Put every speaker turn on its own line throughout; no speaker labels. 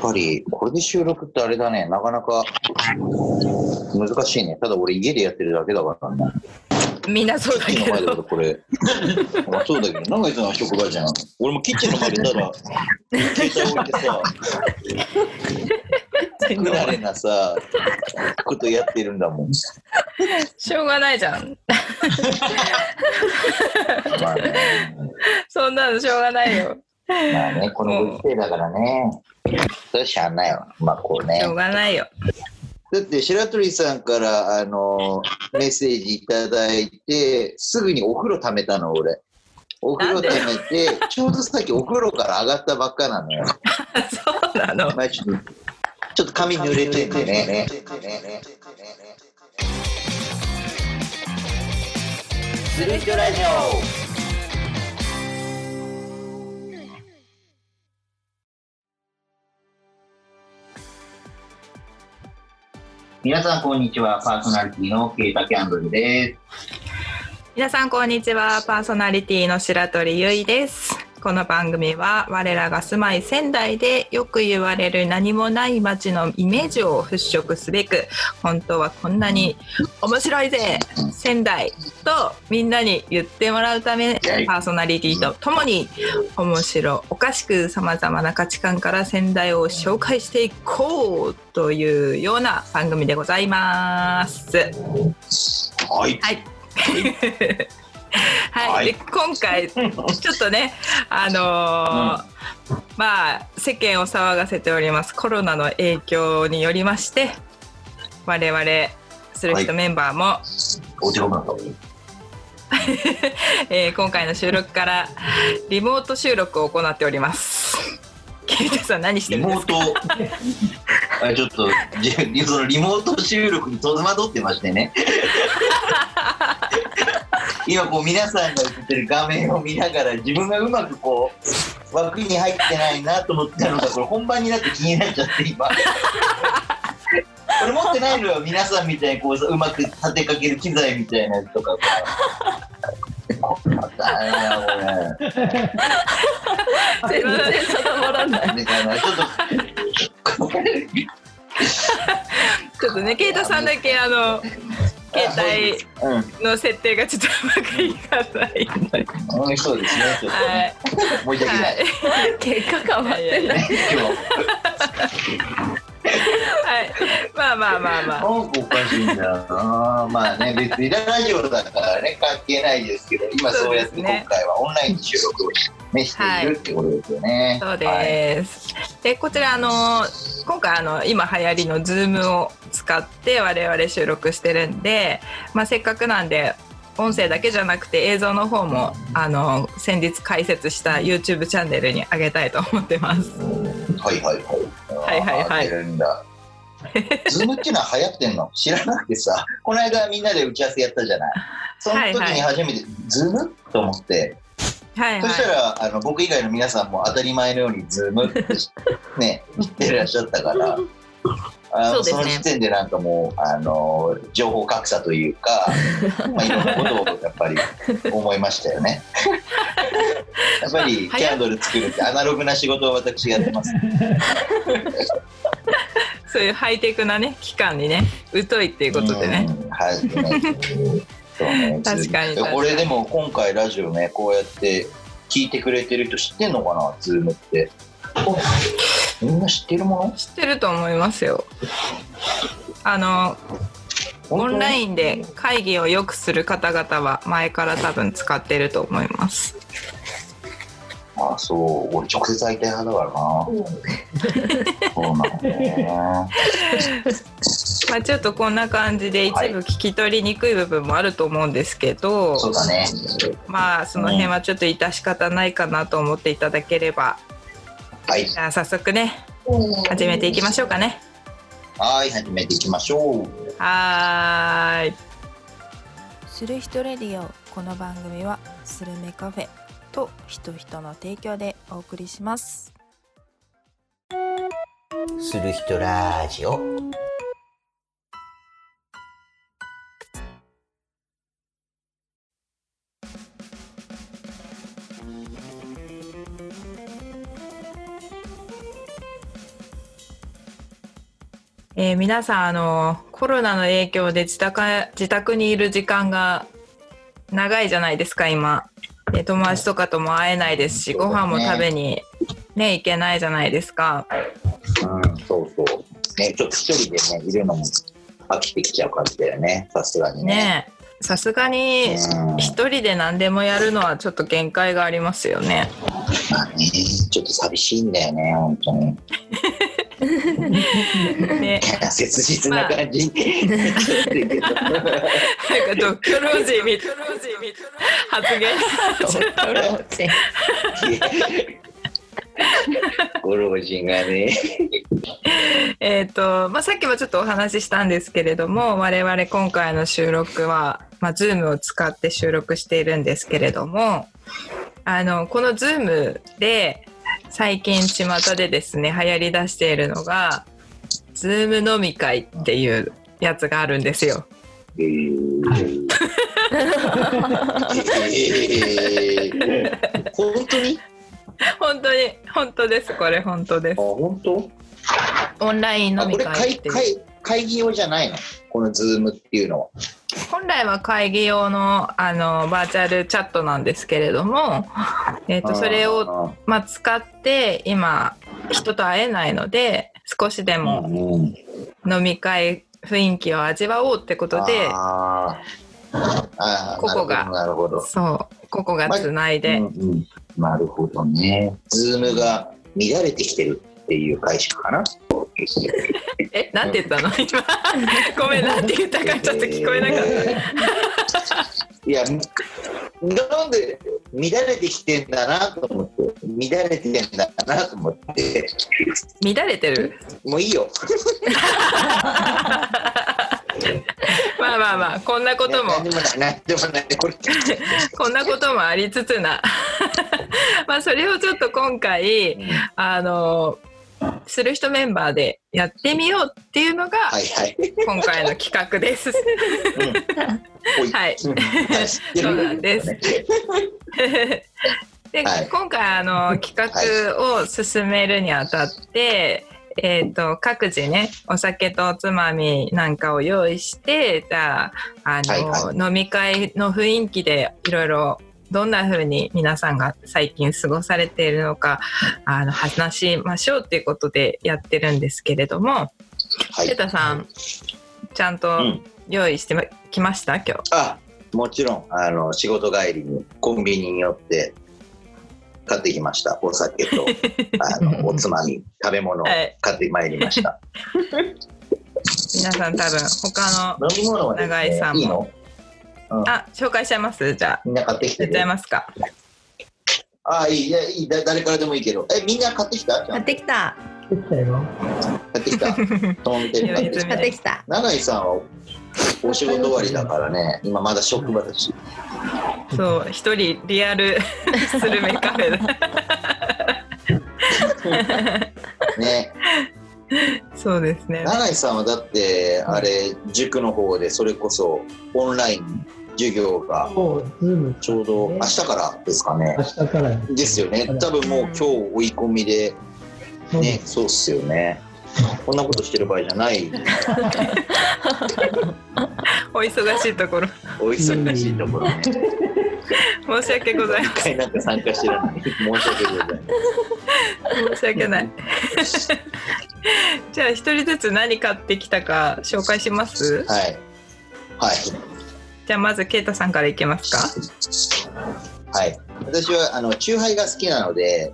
ぱり、これで収録ってあれだね、なかなか難しいね。ただ俺家でやってるだけだからね。
みんなそうだ
キッチン
け
の前だけ
ど
ど、これ。まあそうだけど、長井さんは職場じゃん。俺もキッチンの前でいたら、携帯置いて さ、
全
不
然
慣れなさ、ことやってるんだもん。
しょうがないじゃん
まあね、
そんなのしょうがないよ
まあねこのご時世だからね。それはしゃあないわ。まあこうね
し。ょうがないよ
だって白鳥さんからあのメッセージいただいてすぐにお風呂溜めたの俺お風呂溜めてちょうどさっきお風呂から上がったばっかなのよ、
そうなの
まあ、ちょっとちょっと髪濡れてんでねスレッドラジオ皆さんこんにちはパーソナリティのケイタキャンドルです
皆さんこんにちはパーソナリティの白鳥ゆいですこの番組は我らが住まい仙台でよく言われる何もない街のイメージを払拭すべく本当はこんなに面白いぜ仙台とみんなに言ってもらうため
はい
パーソナリティとともに面白おかしくさまざまな価値観から仙台を紹介していこうというような番組でございます。
はい
はい。はい、
はい
で 今回ちょっとねあのーまあ世間を騒がせておりますコロナの影響によりまして我々する人メンバーも、
お手本だと
えー今回の収録からリモート収録を行っております。ケイタさん何して
リ
るんで
モ
す
ートあちょっとじ そのリモート収録に戸惑ってましてね 今こう皆さんが映ってる画面を見ながら自分がうまくこう枠に入ってないなと思ったのがこれ本番になって気になっちゃって今これ持ってないのよ皆さんみたいにこうさうまく立てかける機材みたいなやつとかこう困ったなこれ。
全然
定まらない。
みたいな、ちょっと。
ちょっとねケイタさんだけあの携
うん、
帯の設定がちょっとうまくいかない。
美味しそうですね。ちょっと
は
ね
い。
申し訳ない。
結果変わってない。
はい、まあまあまあまあ。
今日、おかしいんだよな。まあね、別にラジオだからね、関係ないですけど、今そうやって
そうです
今
ね
回はオンライン収録をね、しているってことですよね。
そう
はい
です。で、こちらあの今回あの今流行りの Zoom を使って我々収録してるんで、まあせっかくなんで。音声だけじゃなくて映像の方もあの先日開設した YouTube チャンネルに上げたいと思ってます。
はいはいはい。
はいはいはい
い。出る んだ。ズームっていうのは流行ってんの知らなくてさ、この間みんなで打ち合わせやったじゃない。その時に初めて、ズームと思って、
はい
そ
はい。
したらあの僕以外の皆さんも当たり前のようにズー ムってしね知ってらっしゃったから。あの
そう
その
です
時
ね
点でなんかもうあの情報格差という か、まあ、いろんなことをやっぱり思いましたよ ね。やっぱりキ
早い
ャンドル作るってアナログな仕事を私やってます。
そういうハイテクなね機関にね疎いっていうことでね。
うん。 はい。そうね
確かに
ズーム
確か
俺
に
でも今回ラジオねこうやって聞いてくれてる人知ってんのかなズーム って。みんな知ってるもの？
知ってると思いますよ。あのオンラ
ン
インで会議をよくする方々は前から多分使ってると思います。
あそう俺直接会いたい派だからな、そうなのね
まあ、ちょっとこんな感じで一部
はい
聞き取りにくい部分もあると思うんですけど、
そうだね
まあその辺はちょっと致し方ないかなと思っていただければ、
はい
じゃあ早速ね始めていきましょうかね。
はい始めていきましょう
はーい。
する人レディオこの番組はスルメカフェと人人の提供でお送りします。
する人ラジオ
えー皆さんあのコロナの影響で自宅自宅にいる時間が長いじゃないですか今、で友達とかとも会えないですしご飯も食べに、ね、行けないじゃないですか
うん、そうそう。ね、ちょっと一人でね、いるのも飽きてきちゃう感じだよね、さすがにね。
ねえさすがに
うん
一人で何でもやるのはちょっと限界がありますよね。
まあねちょっと寂しいんだよね、本当に。
ね、
切実な感 じ。
なんか独居老人みたいな発言
ご老人がね。
えーとまあ、さっきもちょっとお話ししたんですけれども我々今回の収録は、まあ、Zoom を使って収録しているんですけれどもあのこの Zoom で最近巷でですね流行り出しているのが Zoom 飲み会っていうやつがあるんですよ。
えーえー本当に
本当に本当ですこれ本当で
あ、
す。
本当
オンライン
あ、
飲み
これ
会
会
っていう
会会議用じゃないのこのズームっていうのは。
本来は会議用のあのバーチャルチャットなんですけれ ども、えー、とそれを
を
まあ、使って今人と会えないので少しでも
うん、
飲み会雰囲気を味わおうってことで
あーあー
ここが
なるほどなるほど
そうここがつないで、
うんうんなるほどねズームが乱れてきてるっていう解釈かな
えなんて言ったの今 ごめんなんて言ったかちょっと聞こえなかっ た
ったいやなんで乱れてきてんだなと思って乱れてんだなと思って
乱れてる
もういいよ
まあまあまあこんなことも
何でもない何でもないこれ
こんなこともありつつな まあそれをちょっと今回
うんは
あのする人メンバーでやってみようっていうのが
いはい、
今回の企 画です。
うん
はい
うんはい
そうな んですで、
はい
今回あの企画を進めるにあたって、えー、と各自ねお酒とおつまみなんかを用意してじゃああの、
はい
飲み会の雰囲気でいろいろどんな風に皆さんが最近過ごされているのかあの話しましょうっていうことでやってるんですけれども
はい
テタさんちゃん
う
と
ん
用意してまきました今日。
あもちろんあの仕事帰りにコンビニに寄って買ってきましたお酒と あのおつまみ食べ物を
はい
買ってまいりました、
皆さん多分他の
飲み物はです、ね、
長井さんも
いいの
あ紹介しちゃいますじゃあ
みんな買ってき
や
て
っちゃい
る
ますか
ああいいいやいいだ誰からでもいいけどえみんな買ってきた ちゃ
買っ
ん
てきた
買ってきたトンテン買ってきた
買ってきた
長井さんはお仕事終わりだからね今まだ職場だし
そう一人リアル スルメカフェだ
ね
そうですね
長井さんはだってあれ塾の方でそれこそオンライン授業が
もう、ズーム、
ちょうど明日からですかね
明。日から
ですよね。多分もう今日追い込みで、
そうで
ね、そうっすよね。こんなことしてる場合じゃ ない、
お忙しいところ
お忙しいと ころね。
申し訳ございま
一回なんか参加してるのに、申し訳ございま
せん申し訳ないじゃあ一人ずつ何買ってきたか紹介します
せん。はい。はい。
じゃあまずケイタさんからいけますか
はい。私は、あの、チューハイが好きなので、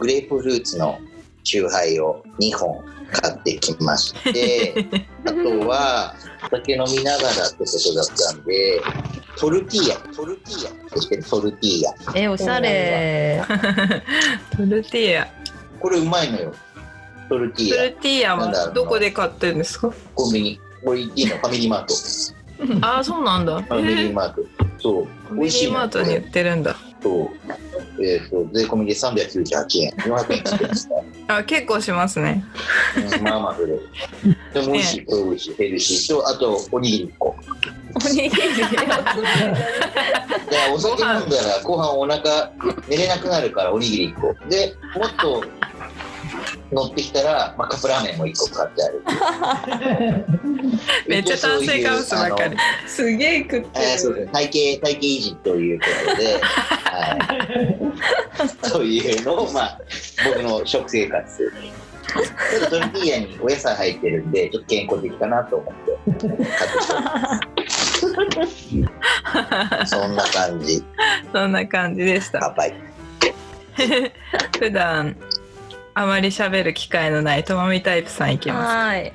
グレープフルーツのチューハイを2本買ってきま して、あとは、お酒飲みながらってことだったんで、トルティーヤ、トルティーヤ、そしてトルティーヤ。
えおしゃれ
トルティーヤ
これうまいのよ。トルティ
ト
ー
ル
ヤ。
ティーヤ
なんだろ
は
う
どこで買ってるんですか
コンビニ。これいいの。ファミリーマート。フ
ああそうなんだえ
ァミリー
ー
マート。そう。美
ファミリ
味しい
ー
の
マートに売ってるんだ
そう。えっ、と、税込みで398円。400円切ってますね。
あ結構しますね
うん まあまあ、それ。でも美味しい。これ美味しい。ヘルシーと、あと、おにぎり1個。
おにぎり
で、お酒飲んだら、ご飯お腹寝れなくなるから、おにぎり1個。で、もっと、乗ってきたら、まあ、カップラーメンも一個買ってある
めっちゃ炭水化物ばっかり
すげえ食って
えーそうですね体型体型維持ということ で、はい、というのを、まあ、僕の食生活ちょっとトルティーヤにお野菜入ってるんでちょっと健康的かなと思って買ってきてますそんな感じ
そんな感じでした
乾杯
普段あまり喋る機会のないともみタイプさんいきま
はーい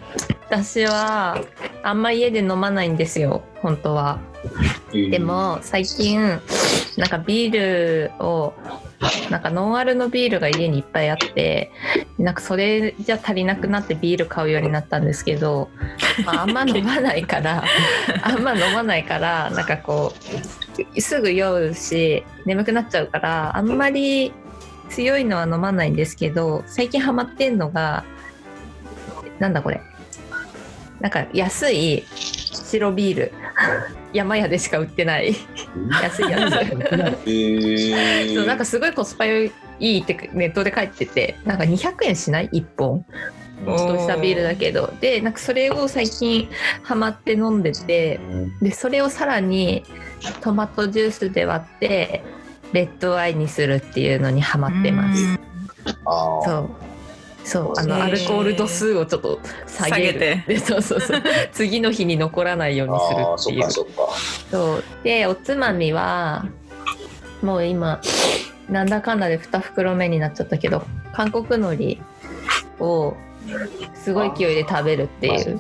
私はあんま家で飲まないんですよ本当はでも最近なんかビールをなんかノンアルのビールが家にいっぱいあってなんかそれじゃ足りなくなってビール買うようになったんですけど、まあ、あんま飲まないから あんま飲まないからなんかこうすぐ酔うし眠くなっちゃうからあんまり強いのは飲まないんですけど最近ハマってんのがなんだこれなんか安い白ビール 山屋でしか売ってない安いや つ
えー
そうなんかすごいコスパいいってネットで書いててなんか200円しない1本
す
ちょっとしたビールだけどでなんかそれを最近ハマって飲んでてでそれをさらにトマトジュースで割ってレッドワインにするっていうのにハマってます
あー
そうそうあ
へ
の
ー
アルコール度数をちょっと下げ
下げ
る
て
でそうそうそう次の日に残らないように
あー
す
そっ
るっていう
かそっか
そうでおつまみはもう今なんだかんだで2袋目になっちゃったけど韓国海苔をすごい勢いで食べるっていう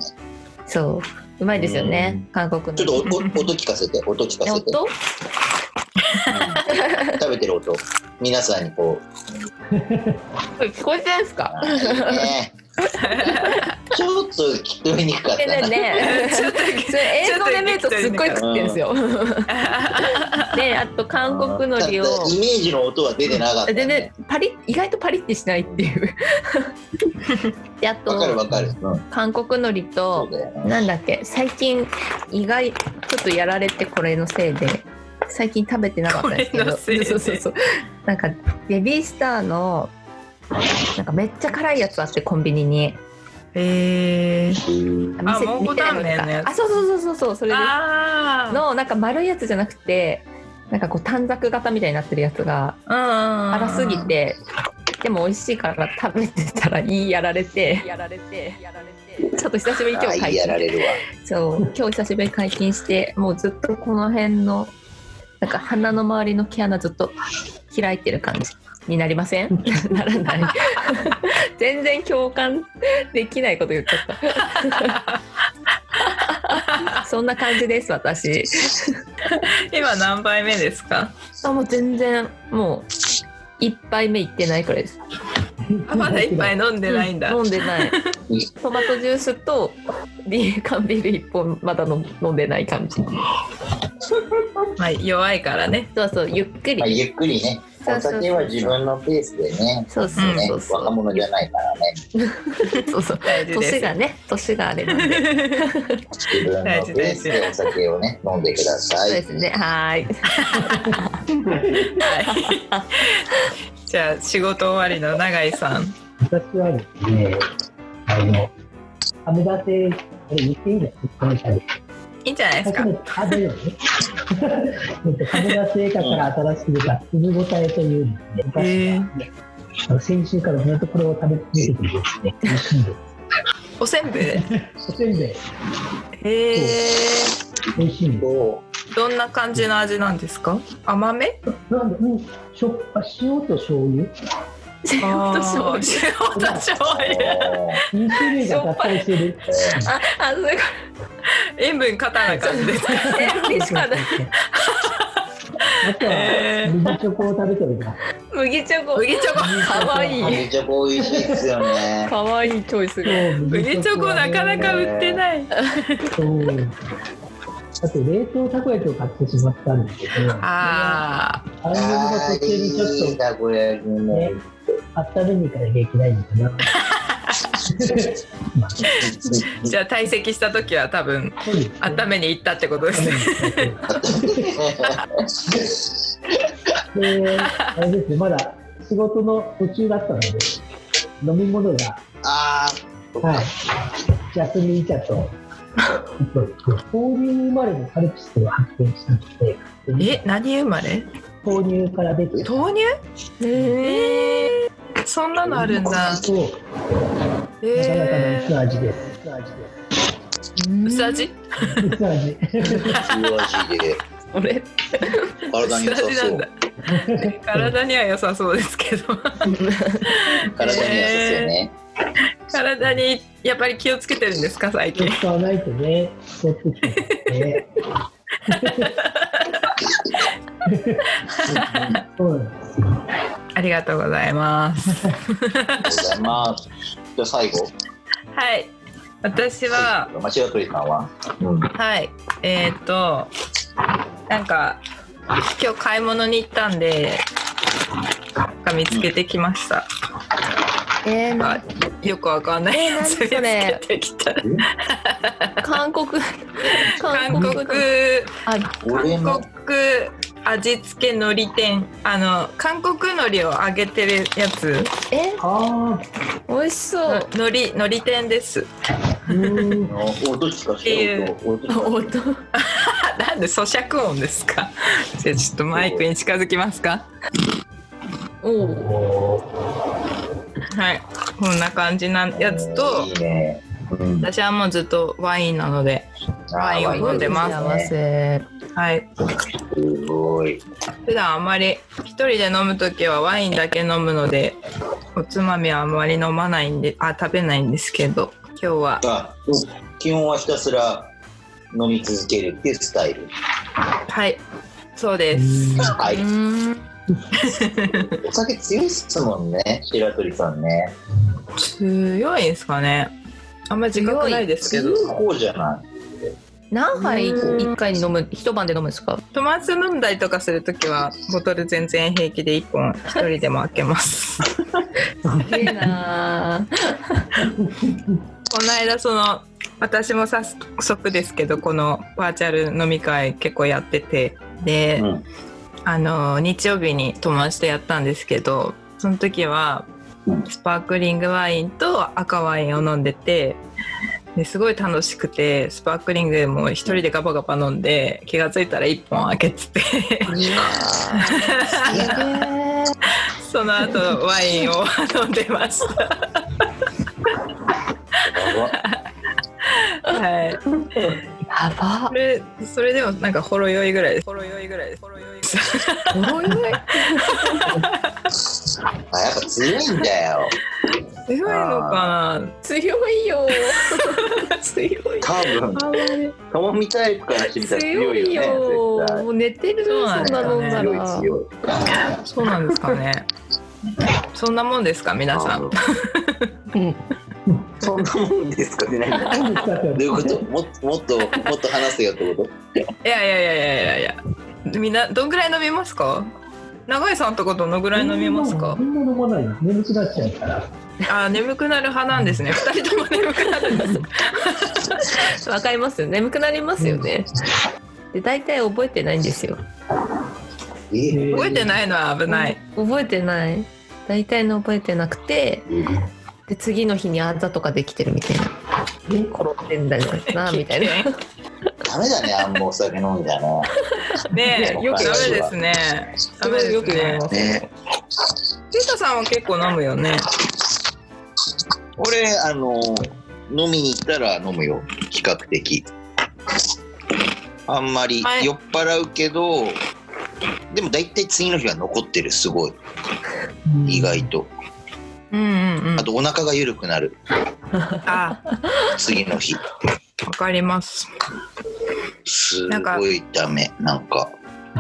そううまいですよね韓国
ちょっ
海
と
苔
おお音聞かせて音聞か
え
せて
音
食べてる音皆さんにこう
聞こえてるんですか
あーいいねちょっと聞き取りにくかっ
聞こえ
た
て
な
る ね
ちょっと
それ英語で見るとすっごい食ってるんで すよであと韓国海苔を
ちゃんとイメージの音は出てなかった、
全然
ね、
パリッ意外とパリってしないっていう であと
わかるわかる、うん、
韓国海苔
そ
と
うだよね
なんだっけ最近意外ちょっとやられてこれのせいで最近食べてなかったんです
こ
け
れ
ど
のせいで
そうそうそうなんかベビースターのなんかめっちゃ辛いやつあってコンビニに
えあ
店
蒙古タンメンのやつ
店であそうそうそうそうそうそれです
あ
のなんか丸いやつじゃなくてなんかこう短冊型みたいになってるやつが
あ
粗すぎてでも美味しいから食べてたらいいやられて
やられてやられて
ちょっと久しぶりに今
あ
日
ー
解
いいやら
禁
れるわ
そう今日久しぶりに解禁してもうずっとこの辺のなんか鼻の周りの毛穴ずっと開いてる感じになりませんならない 全然共感できないこと言っちゃった そんな感じです私
今何杯目ですか
あもう全然もう1杯目いってないくらいです
あまだ一杯飲んでないんだ、
うん飲ん でないトマトジュースとビール缶ビール1本まだ飲飲んでない感じ
まあ、弱いからね
そうそうゆっくり
まあ、ゆっくりね
そう
お
そうそう
酒は自分のペースでね
そうそう
ね
そうそう、
若者じゃないからね
そうそう
大事です
年がね年があれなんで
自分のペースでお酒をね飲んでくださ
そう
い
ですねはーい
はい じゃあ仕事終わりの永井さん
私はですね、あの、はみ出せ、これ言っていいんだよ、この際
いいんじゃないですか
初めて、あ、大丈夫ね。はみ出せ映画から新しく出た、鈴ごたえというですね、お菓子があって、あの先週からずっとこれを食べ続けてるんですね、美味しいんで
おせん べい
す。おせんべい、
へえ
美味しいんで
ど
どんな感じの味なんですか甘め
す。なんで、うん、しょあ塩と醤油、
塩 と醤油
塩と醤
う
油
おー
2種類が合体してる。
え
ああすごい
塩分過多な感じです
塩 味しかない
あと
え
は、
ー
麦チョコを食べてるから。
麦チョコ
麦チョコ
かわい
ー
い
麦チョコ美味しいですよ ね
かわいいチョイスが
麦チョコなかなか売ってない
そう。あと冷凍たこ焼きを買ってしまったんですけど、あ
あ
れ
あ
の途中
ー
にち
い
ょ
い
っと
なこれね
温めに行かなきゃいけないのかな。まあ、そ
ーじゃあ退席した時は多分
うですね
温めに行ったってことですね
で、あれですね、まだ仕事の途中だったので、飲み物が、
あ
はい、ジャスミン茶と、豆乳生まれのカルピスを発見したので、
え、何生まれ
豆乳から出てる
豆乳ええそんなのあるんだ。
そう
え
なかなかの
え
薄味です。薄味です。
薄味
薄味。
あ、うわしいで、
あれ
体に良さ
薄
そ
味なん
う
だ。 体には良さそうですけ ど。
体に良さそうよね。
体にやっぱり気をつけてるんですか最
気を
近
使わないとね、太ってきてね。そうなんですよ。
ありがとうございます
ありがとうございます。じゃあ最後、
はい私は
町田鳥さんは、
はいえっ、ー、となんか今日買い物に行ったんでなんか見つけてきました、
えー、
なんかよくわかんないやつ見つ
えー
け
何
てきた
韓国
韓国
あ
俺
韓
の
国味付け海苔店あの韓国海苔を揚げてるやつ
え
あ
美味しそう
の海苔海苔店です
あ、うーん。
俺どっちかしてる俺どっちか
音
なんで咀嚼音ですか。 じゃあちょっとマイクに近づきますか。
おう
お
はい。こんな感じなやつと
い、いね。うん、
私はもうずっとワインなので、ワインを飲んでます
幸せ
はい。
すごい。
普段あんまり一人で飲むときはワインだけ飲むので、おつまみはあんまり飲まないんで、あ食べないんですけど、今日は
あ、基本はひたすら飲み続けるっていうスタイル。
はい。そうです。
は
う
い。
ーん
お酒強いっすもんね、白鳥さんね。
強いですかね。あんま自覚ないですけ
強
ど
い、方じゃない。
何杯一回に飲む一晩で飲むんですか
友達と飲んだりとかするときはボトル全然平気で一本一人でも開けます。
いいな
この間その私も早速ですけどこのバーチャル飲み会結構やっててで、
うん
あの日曜日に友達とやったんですけどその時は
うん
スパークリングワインと赤ワインを飲んでてですごい楽しくてスパークリングも一人でガバガバ飲んで気が付いたら1本開けてて その後ワインを 飲んでました。はい
やば
それそれでもなんかほろ酔いぐらいですほろ酔いぐらいですほろ酔いぐらいです
ほろ酔い
あ、やっぱ強いんだよ。
強いのか
強いよ強い
多分、ともみタイプからしてみたら強いよね。
強いよもう寝てる
そう
そ
なん
ん
だ
な
よ
飲
ね
ん
絶
だ
対強い
ら
強い。
なそうなんですか ねそんなもんですか皆さん
うん
そんなもんですかね。何
何ですかって言われ
どう
て
いうこともっともっともっと話せよってこと
いやいやいやいやいやいやみんなどんぐらい飲みますか長井さんとかどのぐらい飲みますか
みんな飲まないです。眠くなっちゃうから。
あー眠くなる派なんですね二人とも眠くなる んです
わかりますよ眠くなりますよねで大体覚えてないんですよ
え
覚えてないのは危ない
覚えてない大体の覚えてなくてで次の日にあざとかできてるみたいな転んでんだよなみたいな
危
ダメだね、あんまお酒飲んじゃね。
ねえよくダメですねダメですね
ね
テータさんは結構飲むよね
俺、あの、飲みに行ったら飲むよ、比較的。あんまり
はい
酔っ払うけど、でも大体次の日は残ってる、すごい、意外と。
うんうんうん
あと、お腹が緩くなる、
あ
次の日。
わかります
す
なんか
ごいダメ、なんか。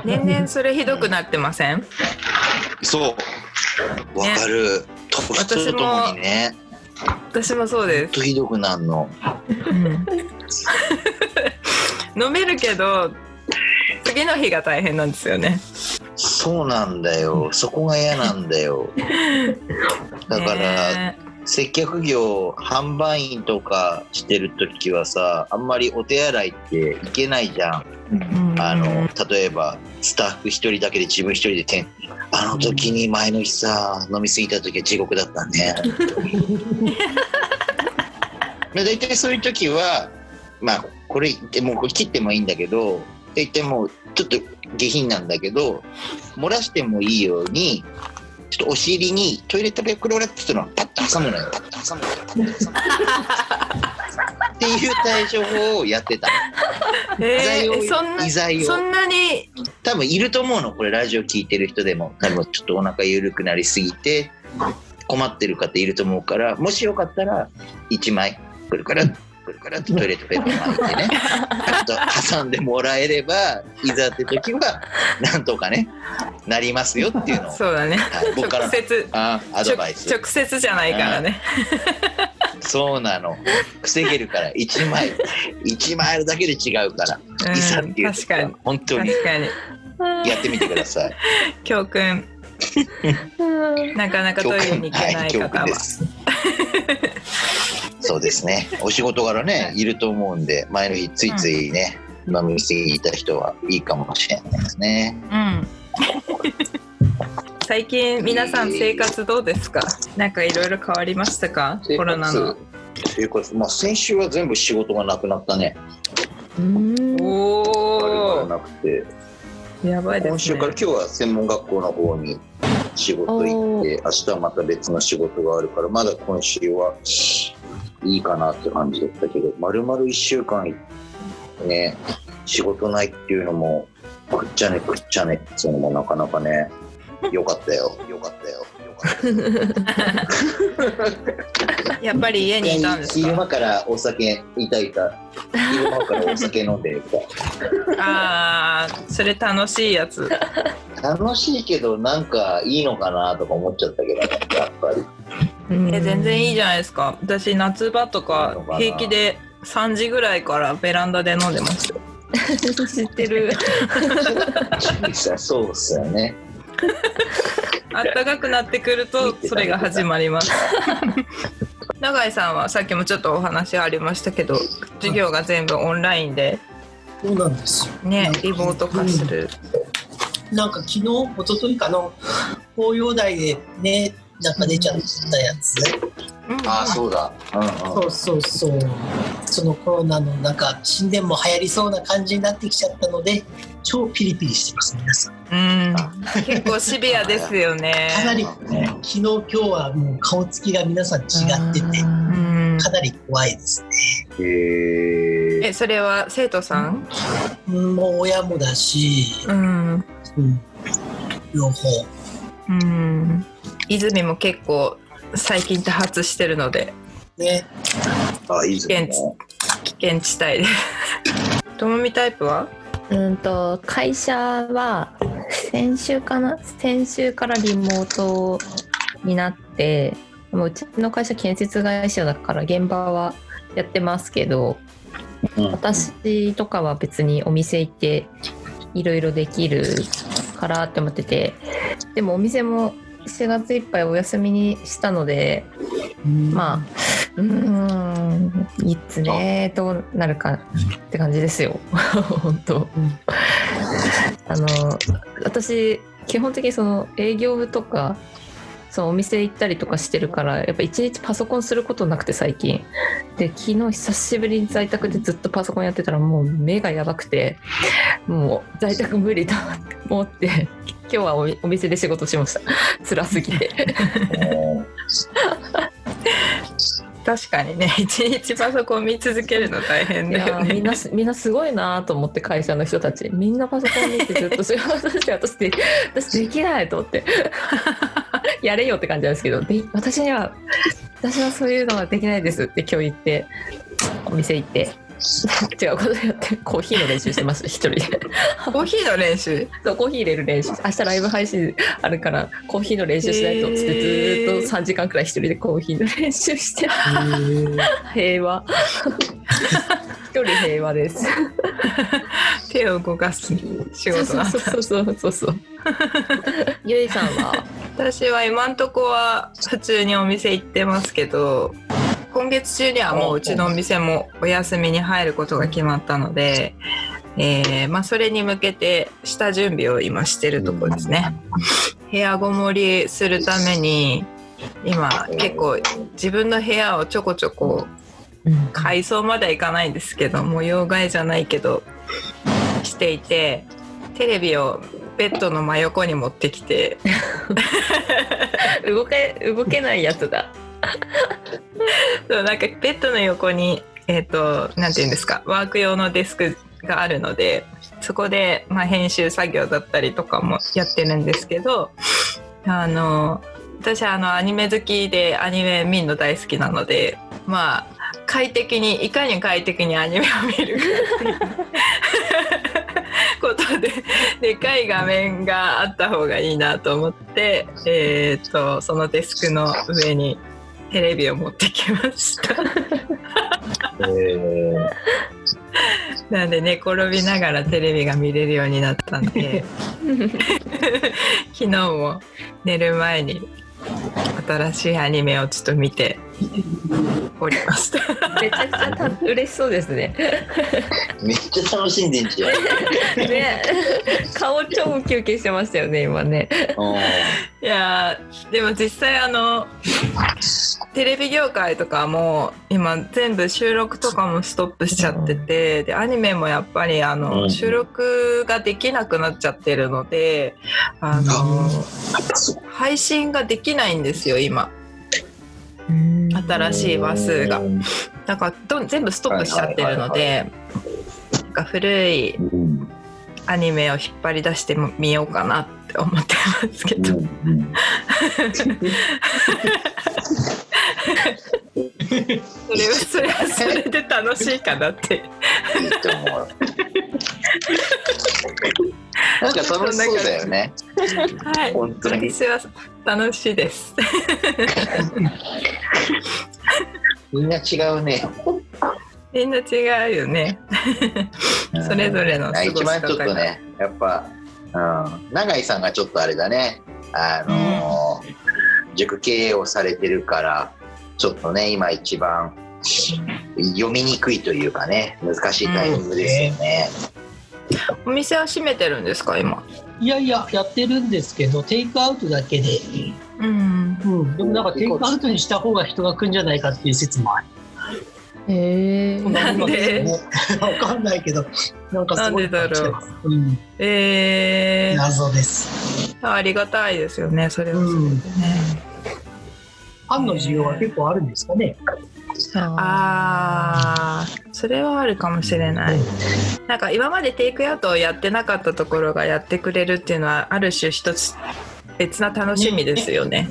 年々それひどくなってません
そう。わかる。年とともにね、
私もそうで
ほんとひどくなるの。
す、飲めるけど次の日が大変なんですよね
そうなんだよ。そこが嫌なんだよ。だから、
ねえ
接客業販売員とかしてる時はさあんまりお手洗いって行けないじゃん
うん
あの例えばスタッフ一人だけで自分一人で店あの時に前の日さ飲み過ぎた時は地獄だった ねで大体そういう時はまあこれ言ってもうこれ切ってもいいんだけど大体もうちょっと下品なんだけど漏らしてもいいようにちょっとお尻にトイレットペーパーローラップのをパッと挟むのよパッと挟むのよパッと挟むのよっていう対処法をやってた
え
罪を
ー、そんな
遺罪を
そんなに
多分いると思うのこれラジオ聞いてる人でも多分ちょっとお腹緩くなりすぎて困ってる方いると思うからもしよかったら1枚くるくるくるくるっとトイレットペーパー巻いてねちょっと挟んでもらえればいざって時はなんとかねなりますよっていうのを、
そうだね
はい僕から
直
の
接
あアドバイス
直直接じゃないからね
そうなの防げるから1枚1枚あるだけで違うから、
うん
いざっていう
確
時
か
は
に
本当に
確かに
やってみてください。
教訓なかなかトイレに行けない
教訓
方
はい教訓
は、
です。 そうですね。お仕事柄ね、いると思うんで、前の日ついついね、飲み過ぎた人はいいかもしれないですね。
うん、最近皆さん生活どうですかなんかいろいろ変わりましたかコロナの。
生活、まあ先週は全部仕事がなくなったね。あれが
おお
なくて、
やばいで
今
す
週
ね
から今日は専門学校の方に仕事行って、明日はまた別の仕事があるから、まだ今週はいいかなって感じだったけど、まるまる1週間ね、仕事ないっていうのも、くっちゃねくっちゃねっていうのもなかなかね、よかった よ、よかったよ、よかったよ。
やっぱり家にいたんです
昼
か
間からお酒、いたいた、昼間からお酒飲んでみたいな。
ああそれ楽しいやつ
楽しいけど、なんかいいのかなとか思っちゃったけど、やっぱ り。
え全然いいじゃないですか私夏場と
いいの
か
かな
平気で3時ぐらいからベランダで飲んでますよ
知ってる。
そうっすよね。
あったかくなってくるとそれが始まります 永井さんはさっきもちょっとお話ありましたけど授業が全部オンラインで
そうなんですよ。
ねリモート化する
なんか昨日、一昨日かの紅葉台でね、なんか出ちゃったやつ。
ああ、そうだ。うんうん。
そうそうそう。そのコロナのなんか新年も流行りそうな感じになってきちゃったので、超ピリピリしてます、皆さん。
うん結構シビアですよ ね
かなり
ね
昨日、今日はもう顔つきが皆さん違ってて、
うん
かなり怖いですね。
へえ。
えそれは生徒さん
もう親もだし、
うん
うん、両方。
うん泉も結構最近多発してるので
ね、
あ、いいですね
現。地危険地帯でともみタイプは
うんと会社は先週かな先週からリモートになってもううちの会社建設会社だから現場はやってますけど
うん
私とかは別にお店行っていろいろできるからって思っててでもお店も4月いっぱいお休みにしたのでまあうーんいつねどうなるかって感じですよ 本当あの私基本的にその営業部とかそのお店行ったりとかしてるからやっぱ一日パソコンすることなくて最近で昨日久しぶりに在宅でずっとパソコンやってたらもう目がやばくてもう在宅無理だって思って今日はおお店で仕事しました辛すぎて
確かにね 一日パソコン見続けるの大変
い
だ
や
よ
ーみん
ね
なすみんなすごいなーと思って会社の人たちみんなパソコン見てずっと仕事して私で私できないと思って やれよって感じなんですけどで私には私はそういうのはできないですって今日言ってお店行って違うことやってコーヒーの練習してました一人で
コーヒーの練習
そうコーヒー入れる練習明日ライブ配信あるからコーヒーの練習しないとっつってずーっと3時間くらい一人でコーヒーの練習して平和 一人平和です
手を動かす仕事なんだ
そうそうそうそうそう。ゆいさんは。
私は今んとこは普通にお店行ってますけど今月中にはもううちのお店もお休みに入ることが決まったのでえーまあ、それに向けて下準備を今してるところですね。部屋ごもりするために今結構自分の部屋をちょこちょこ
うん
改装まではいかないんですけど模様替えじゃないけどしていてテレビをベッドの真横に持ってきて
動け動けないやつだ。
そうなんかベッドの横にえっ、となんていうんですかワーク用のデスクがあるのでそこで、まあ、編集作業だったりとかもやってるんですけどあの私あのアニメ好きでアニメ見るの大好きなのでまあ快適にいかに快適にアニメを見るか ことででかい画面があった方がいいなと思って、えー、とそのデスクの上にテレビを持ってきました。 なんで寝転びながらテレビが見れるようになったんで 昨日も寝る前に新しいアニメをちょっと見ておりました。
めちゃくちゃた嬉しそうですね。
めっちゃ楽しんでんじゃん。
ね、顔超ウキウキしてましたよね今ね。
いやーでも実際あのテレビ業界とかも今全部収録とかもストップしちゃっててでアニメもやっぱりあ
う
の
ん
収録ができなくなっちゃってるのであの配信ができないんですよ今新しい話数が。
うん
だからどん全部ストップしちゃってるのでなんか古い
うん
アニメを引っ張り出してみようかなって思ってます けど。
うん
それはそれはそれで楽しいかなって
いいと思う。なんか楽しそうだよね。
はい
本当に。
私は楽しいです。
みんな違うね。
みんな違うよね。それぞれの過ご
一
し
番ちょ
方
っと
が。
ね、やっぱ、うん、永井さんがちょっとあれだね。あのー塾経営をされてるから、ちょっとね、今一番。読みにくいというかね、難しいタイミングですよね。
お店は閉めてるんですか今？
いやいややってるんですけどテイクアウトだけで、
うん。
うん、でもなんかテイクアウトにした方が人が来るんじゃないかっていう説もある
へえ
なんで
ね わかんないけどなんかすごい
なんでだろう
来てますうん、
えー
謎です、
ありがたいですよね。それはそれで
う
ね。
ん、ファンの需要は結構あるんですかね
ああ、それはあるかもしれない。なんか今までテイクアウトをやってなかったところがやってくれるっていうのはある種一つ別な楽しみですよね。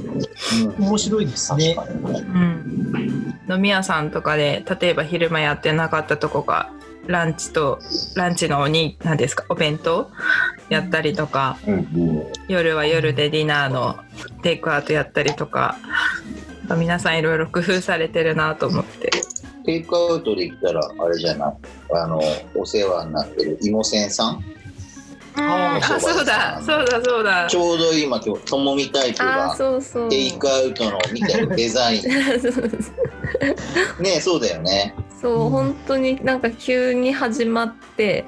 面白いですね
うん、飲み屋さんとかで例えば昼間やってなかったとこがランチとランチのおに何ですかお弁当やったりとか夜は夜でディナーのテイクアウトやったりとかなんか皆さんいろいろ工夫されてるなと思って
テイクアウトできたら、あれじゃない。あの、お世話になってる芋せんさん。
あそうだそうだそうだ
ちょうど今、今日、ともみタイプ
あ
が
ー。そうそう。
テイクアウトの見てるデザイン。ね、そうだよね。
そう、本当になんか急に始まって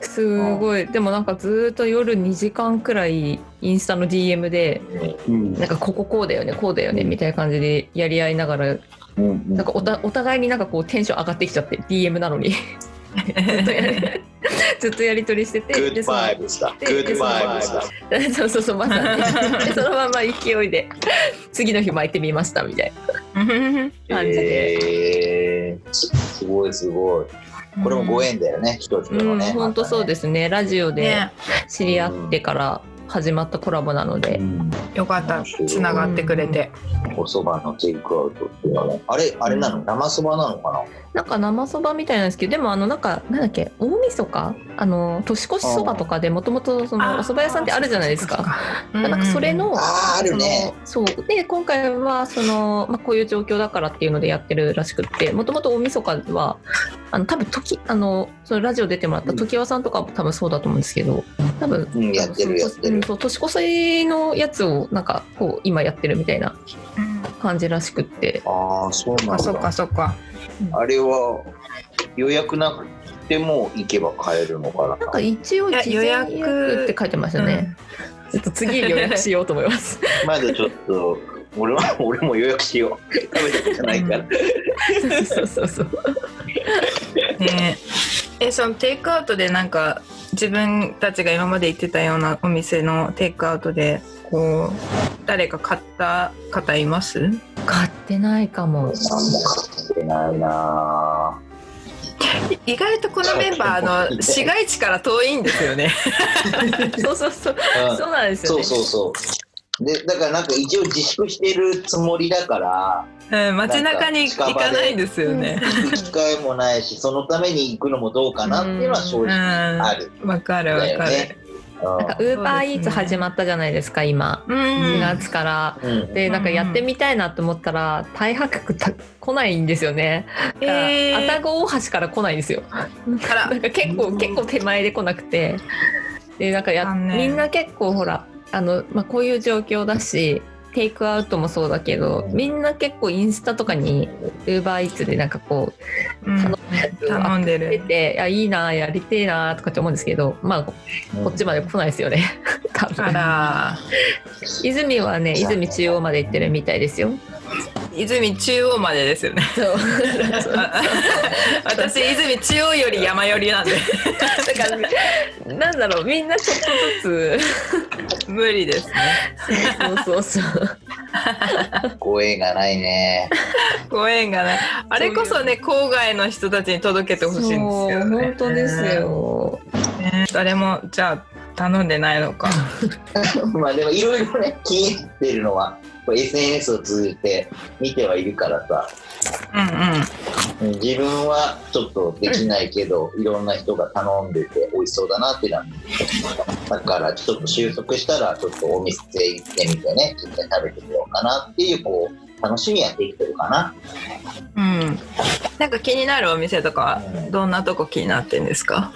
すごいでもなんかずーっと夜2時間くらいインスタの DM で
うん
なんかこここうだよねこうだよねみたいな感じでやり合いながら
うん
なんかおたお互いになんかこうテンション上がってきちゃって DM なのに ずっとやりずっとやり取りしてて
グ
で
ッ
そ
ド
の
バイブスだ。
で
グッドバイブスだ。
そうそうそうまさに でそのまま勢いで次の日巻いてみましたみたいな感じで、
えー、すごいすごい。これもご縁だよね、一つ
う
の
ん
ね。。
本当そうですすねラジオで
ね
知り合ってから始まったコラボなので、
よかったつながってくれて
お蕎麦のテイクアウトっていうのはね、あれ、あれなの生蕎麦なのか
なんか生そばみたいなんですけどでもあのなんかなんだっけ大晦日あの年越しそばとかでもともとそのお蕎麦屋さんってあるじゃないですか
うん
なんかそれの、
なあー、あるね。
そのそうで今回はその、まあ、こういう状況だからっていうのでやってるらしくってもともと大晦日はあの多分時あのそのラジオ出てもらった時和さんとかも多分そうだと思うんですけど多分
うん、やってるやって
う
る
ん。そう年越しのやつをなんかこう今やってるみたいな
うん
感じらしくって
ああ、そうな
あ
ん
そっか
だ。
そっか
あれは、予約なっても行けば買えるのかな
なんか一応
いや
事前予約
予約
って書いてましたね、ちょっと次予約しようと思います
まだちょっと俺は 俺も予約しよう食べたことないから、
そうそうそう
ねえそのテイクアウトでなんか自分たちが今まで行ってたようなお店のテイクアウトでこう誰か買った方います
買ってないかも
何も買ってないな
意外とこのメンバーあの市街地から遠いんですよね
そうそうそう
ぁ
そうなんですよ
そう
ね
そうそう。で、だからなんか一応自粛してるつもりだから、
うん街中に行かないんですよね
行く機会もない し、そのために行くのもどうかなっていうのは正直
うん
ある。
わかるわ
だよ
かる、
ね。
なんかウーバーイーツ始まったじゃないですか今
うん
2月から、
うんうん
でなんかやってみたいなと思ったら大白区た来ないんですよねだから
えー
愛宕大橋から来ないんですよ
から
なんか結構結構手前で来なくてでなんかや
残念
みんな結構ほらあの、まあ、こういう状況だしテイクアウトもそうだけどみんな結構インスタとかにウーバーイーツでなんかこう
うん
頼
頼んで
出
る
ていやいいなやりてえなとかって思うんですけどまあここっちまで来ないですよね 多
あ
分
ら
泉はね泉中央まで行ってるみたいですよ
泉中央までですよね
そう
あ 私泉中央より山寄りなんで
だからねなんだろうみんなちょっとず
無理ですね
つそうそうそう
ご縁がないね。
ご縁がないあれこそね郊外の人たちに届けてほしいんですけどね
そう本当ですよ
ね誰もじゃあ頼んでないのか
まあでもいろいろね、気になってるのは、こう SNS を通じて見てはいるからさ、
うんうん
うん自分はちょっとできないけど、いろんな人が頼んでて美味しそうだなってなるだからちょっと収束したらちょっとお店行ってみてね実際食べてみようかなっていうこう楽しみはできてるかな、
うん、なんか気になるお店とか
うん
どんなとこ気になってんですか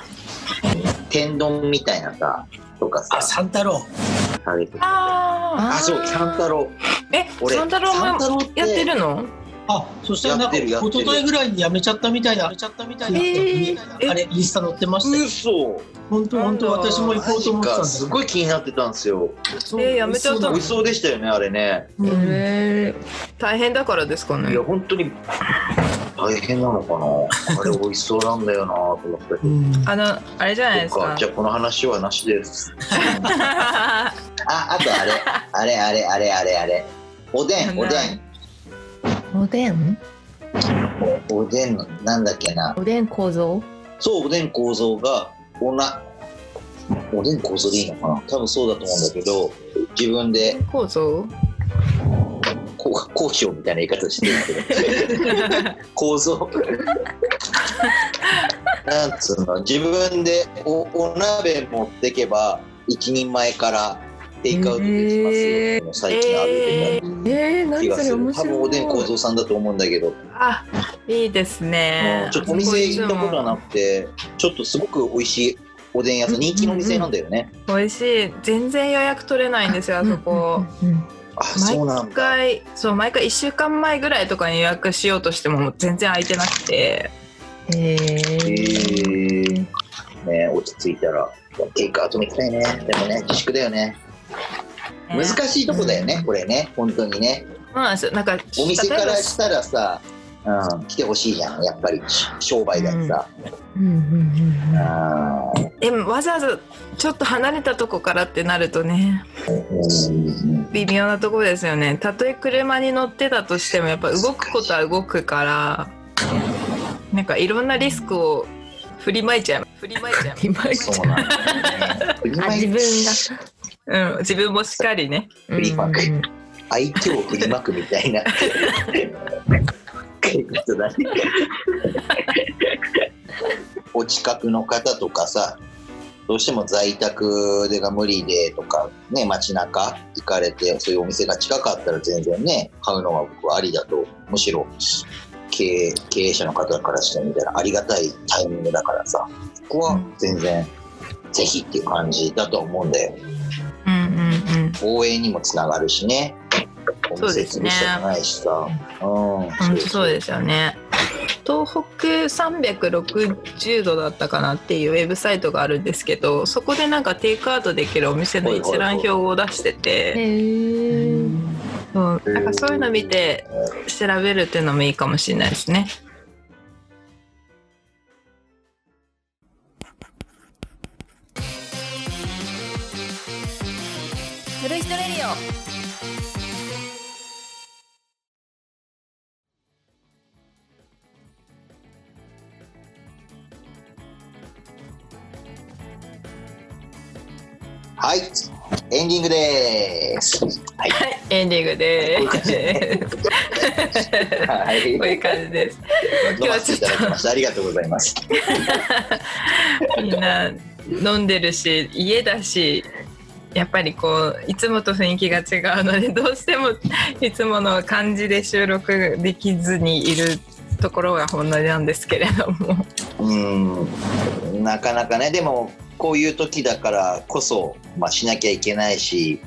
天丼みたいなさとかさ
あ三太郎
食べて
あ
あそう三太郎
え
俺
サンタロ
三
も
太郎って
やってるの
あそしたらなんか
やってるや
一
ってる
昨日ぐらいにやめちゃったみたいなやめちゃったみたいな、
えー
あれインスタ載ってましたよ
嘘
本当本当
なんだ
私も行こうと思ってたん
か
です
す
よ
ごい気になってたんですよ
そう
えーやめちゃった
美味しそうでしたよねあれね
うん
へ
大変だからですか
い
ね
や本当に大変なのかなあれ美味しそうなんだよなと思ったけど
うん
あのあれじゃないです
そっ
か
かじゃあこの話はなしです。 あ、あとあれ、あれあれあれあれあれ。おでん、おでん、
ーおでん
おでんのなんだっけな。
おでん構造
そう、おでん構造が、おな。おでん構造でいいのかな。多分そうだと思うんだけど、自分で
構造
こう、こうしようみたいな言い方してるけど。構造。なんつうの、自分でお、お鍋持ってけば、一人前から。テイクアウトできますよっていうのを最近歩いてたり。
えー、
気
何
が
そ
す
れ
る
面
多
白い
分おでん構造さんだと思うんだけど、
あいいですね
ちょっとお店行ったことはなくてちょっとすごく美味しいおでん屋さん人気のお店なんだよね、
美味しい全然予約取れないんですよあそこ
うんうんうん
あそうなん
毎
だ
回そう毎回1週間前ぐらいとかに予約しようとしても全然空いてなくて
へ
へ
ー
ーね落ち着いたらテイクアウトも行きたいねでもね自粛だよね難しいとこだよね、これね本当にね
そうなんですよなんか
お店か
例え
ら
ば
したらさ、うん、来てほしいじゃんやっぱりし商売だしさ、
うんうん
あー
でもわざわざちょっと離れたとこからってなるとね
うん
微妙なところですよねたとえ車に乗ってたとしてもやっぱ動くことは動くからなんかいろんなリスクを振りまいちゃい振りまいちゃい、
今言っ
そ
ち
うなんだよね振り
ゃうあ
まい
自分
うん、自分もしっかりね
が
フリーマーク
うんうん
愛嬌を振りまくみたいなことだねお近くの方とかさどうしても在宅でが無理でとかね街中行かれてそういうお店が近かったら全然ね買うのは僕はありだとむしろ経営経営者の方からしてみたらありがたいタイミングだからさここは全然、ぜひっていう感じだと思うんだよ
うんうんうん
応援にもつながるしね。
そうですね
お店潰したくないしさ。うん。
本当そうですよね東北360度だったかなっていうウェブサイトがあるんですけどそこでなんかテイクアウトできるお店の一覧表を出して
へ
て、
え
うん、なんかそういうの見て調べるっていうのもいいかもしれないですね。
する人レディオ
はい、エンディングです。はい、
エンディングでーす。
はい
こういう感じです。
飲ませていただきました。ありがとうございます。
みんな飲んでるし家だしやっぱりこういつもと雰囲気が違うので どうしてもいつもの感じで収録できずにいるところが本音なんですけれども。
うーん、なかなかね、でも、こういう時だからこそ、まあ、しなきゃいけないし、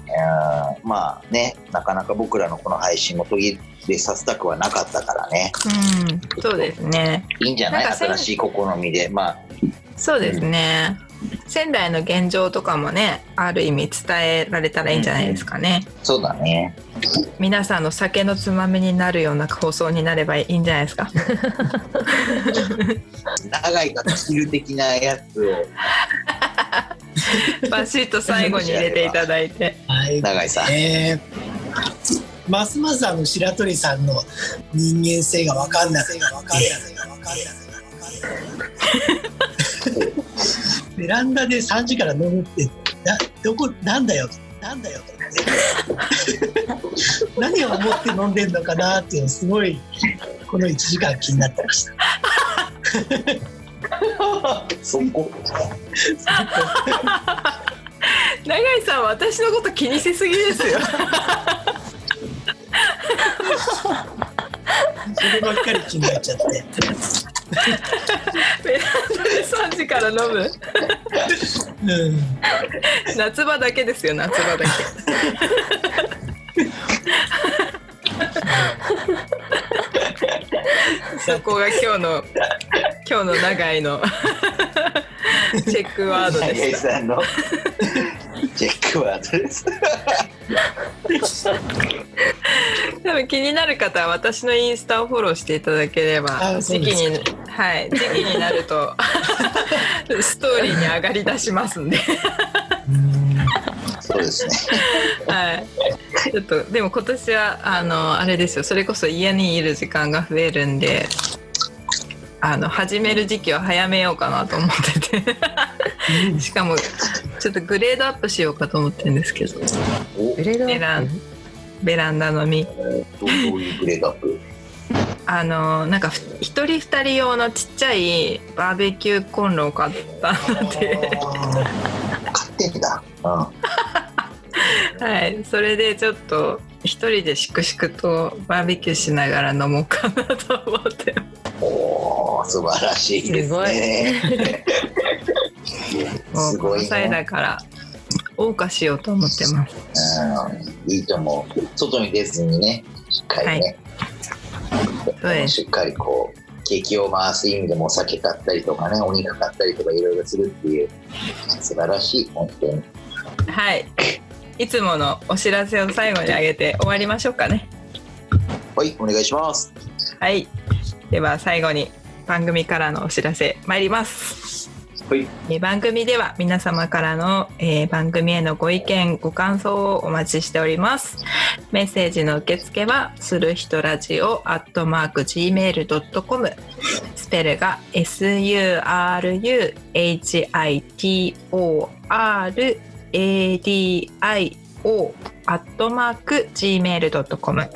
うんまあね、なかなか僕らのこの配信も途切れさせたくはなかったからね、
うん、そうですね。
いいんじゃない
なんかせん
新しい試みで、まあ、
そうですね。仙台の現状とかもね、ある意味伝えられたらいいんじゃないですかね。
そうだね。
皆さんの酒のつまみになるような放送になればいいんじゃないですか。
長いからスキル的なやつを、
バシッと最後に入れていただい て。
はい
長井さん。
えーますますあの白鳥さんの人間性が分かんなくなってベランダで3時から飲むってなどこなんだよなんだよと思って何を思って飲んでんのかなっていうのすごいこの1時間気になってました。
そこ。
永井さんは私のこと気にしすぎですよ
そればっかり気になっちゃって
ベランダで3時から飲む
うん
夏場だけですよ夏場だ けそこが今日の今日の永井 のチェックワー ド
長井
で
さんのチェックワードです。
す多分気になる方は私のインスタをフォローしていただければ
あそ
時
う
期
です
にはい時期になる とストーリーに上がりだしますんで
そうですね。
はい、ちょっとでも今年はあのあれですよそれこそ家にいる時間が増えるんであの始める時期は早めようかなと思っててしかもちょっとグレードアップしようかと思ってるんですけど
お、
グレードア
ベラ
ッ
ン
プ
ベランダ飲み
どういうグレードアップ。
あのなんかふ一人二人用のちっちゃいバーベキューコンロを買った ので、
勝手にだ。う
はい、それでちょっと一人で粛々とバーベキューしながら飲もうかなと思って
ん。おお、素晴らしいですね。
も
す
うこ
ご
の
い
際
ね。
だから謳歌しようと思ってます。
うん、いいと思う。外に出ずにね、しっかりね。
そうです。
しっかりこう。景気を回す意味でもお酒買ったりとかね、お肉買ったりとかいろいろするっていう、素晴らしい、本当に。
はい。いつものお知らせを最後にあげて終わりましょうかね。
はい、お願いします。
はい。では最後に番組からのお知らせ参ります。
はい
えー番組では皆様からの、えー番組へのご意見ご感想をお待ちしておりますメッセージの受付はするひとラジオ at mark gmail.com スペルが suruhitoradio アットマーク gmail.com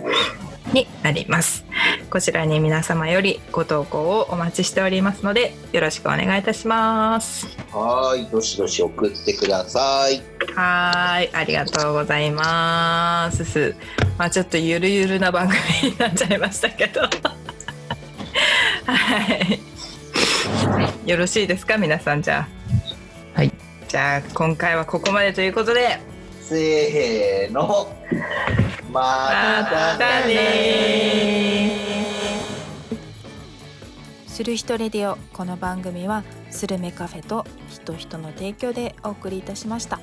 になりますこちらに皆様よりご投稿をお待ちしておりますのでよろしくお願いいたします
はーい、どしどし送ってください。
はーい、ありがとうございます。すまあちょっとゆるゆるな番組になっちゃいましたけど。 はい。よろしいですか、皆さんじゃあ。
はい。
じゃあ今回はここまでということで、
せーの。ま
ま
た
たねー。
する人レディオこの番組はスルメカフェと人人の提供でお送りいたしました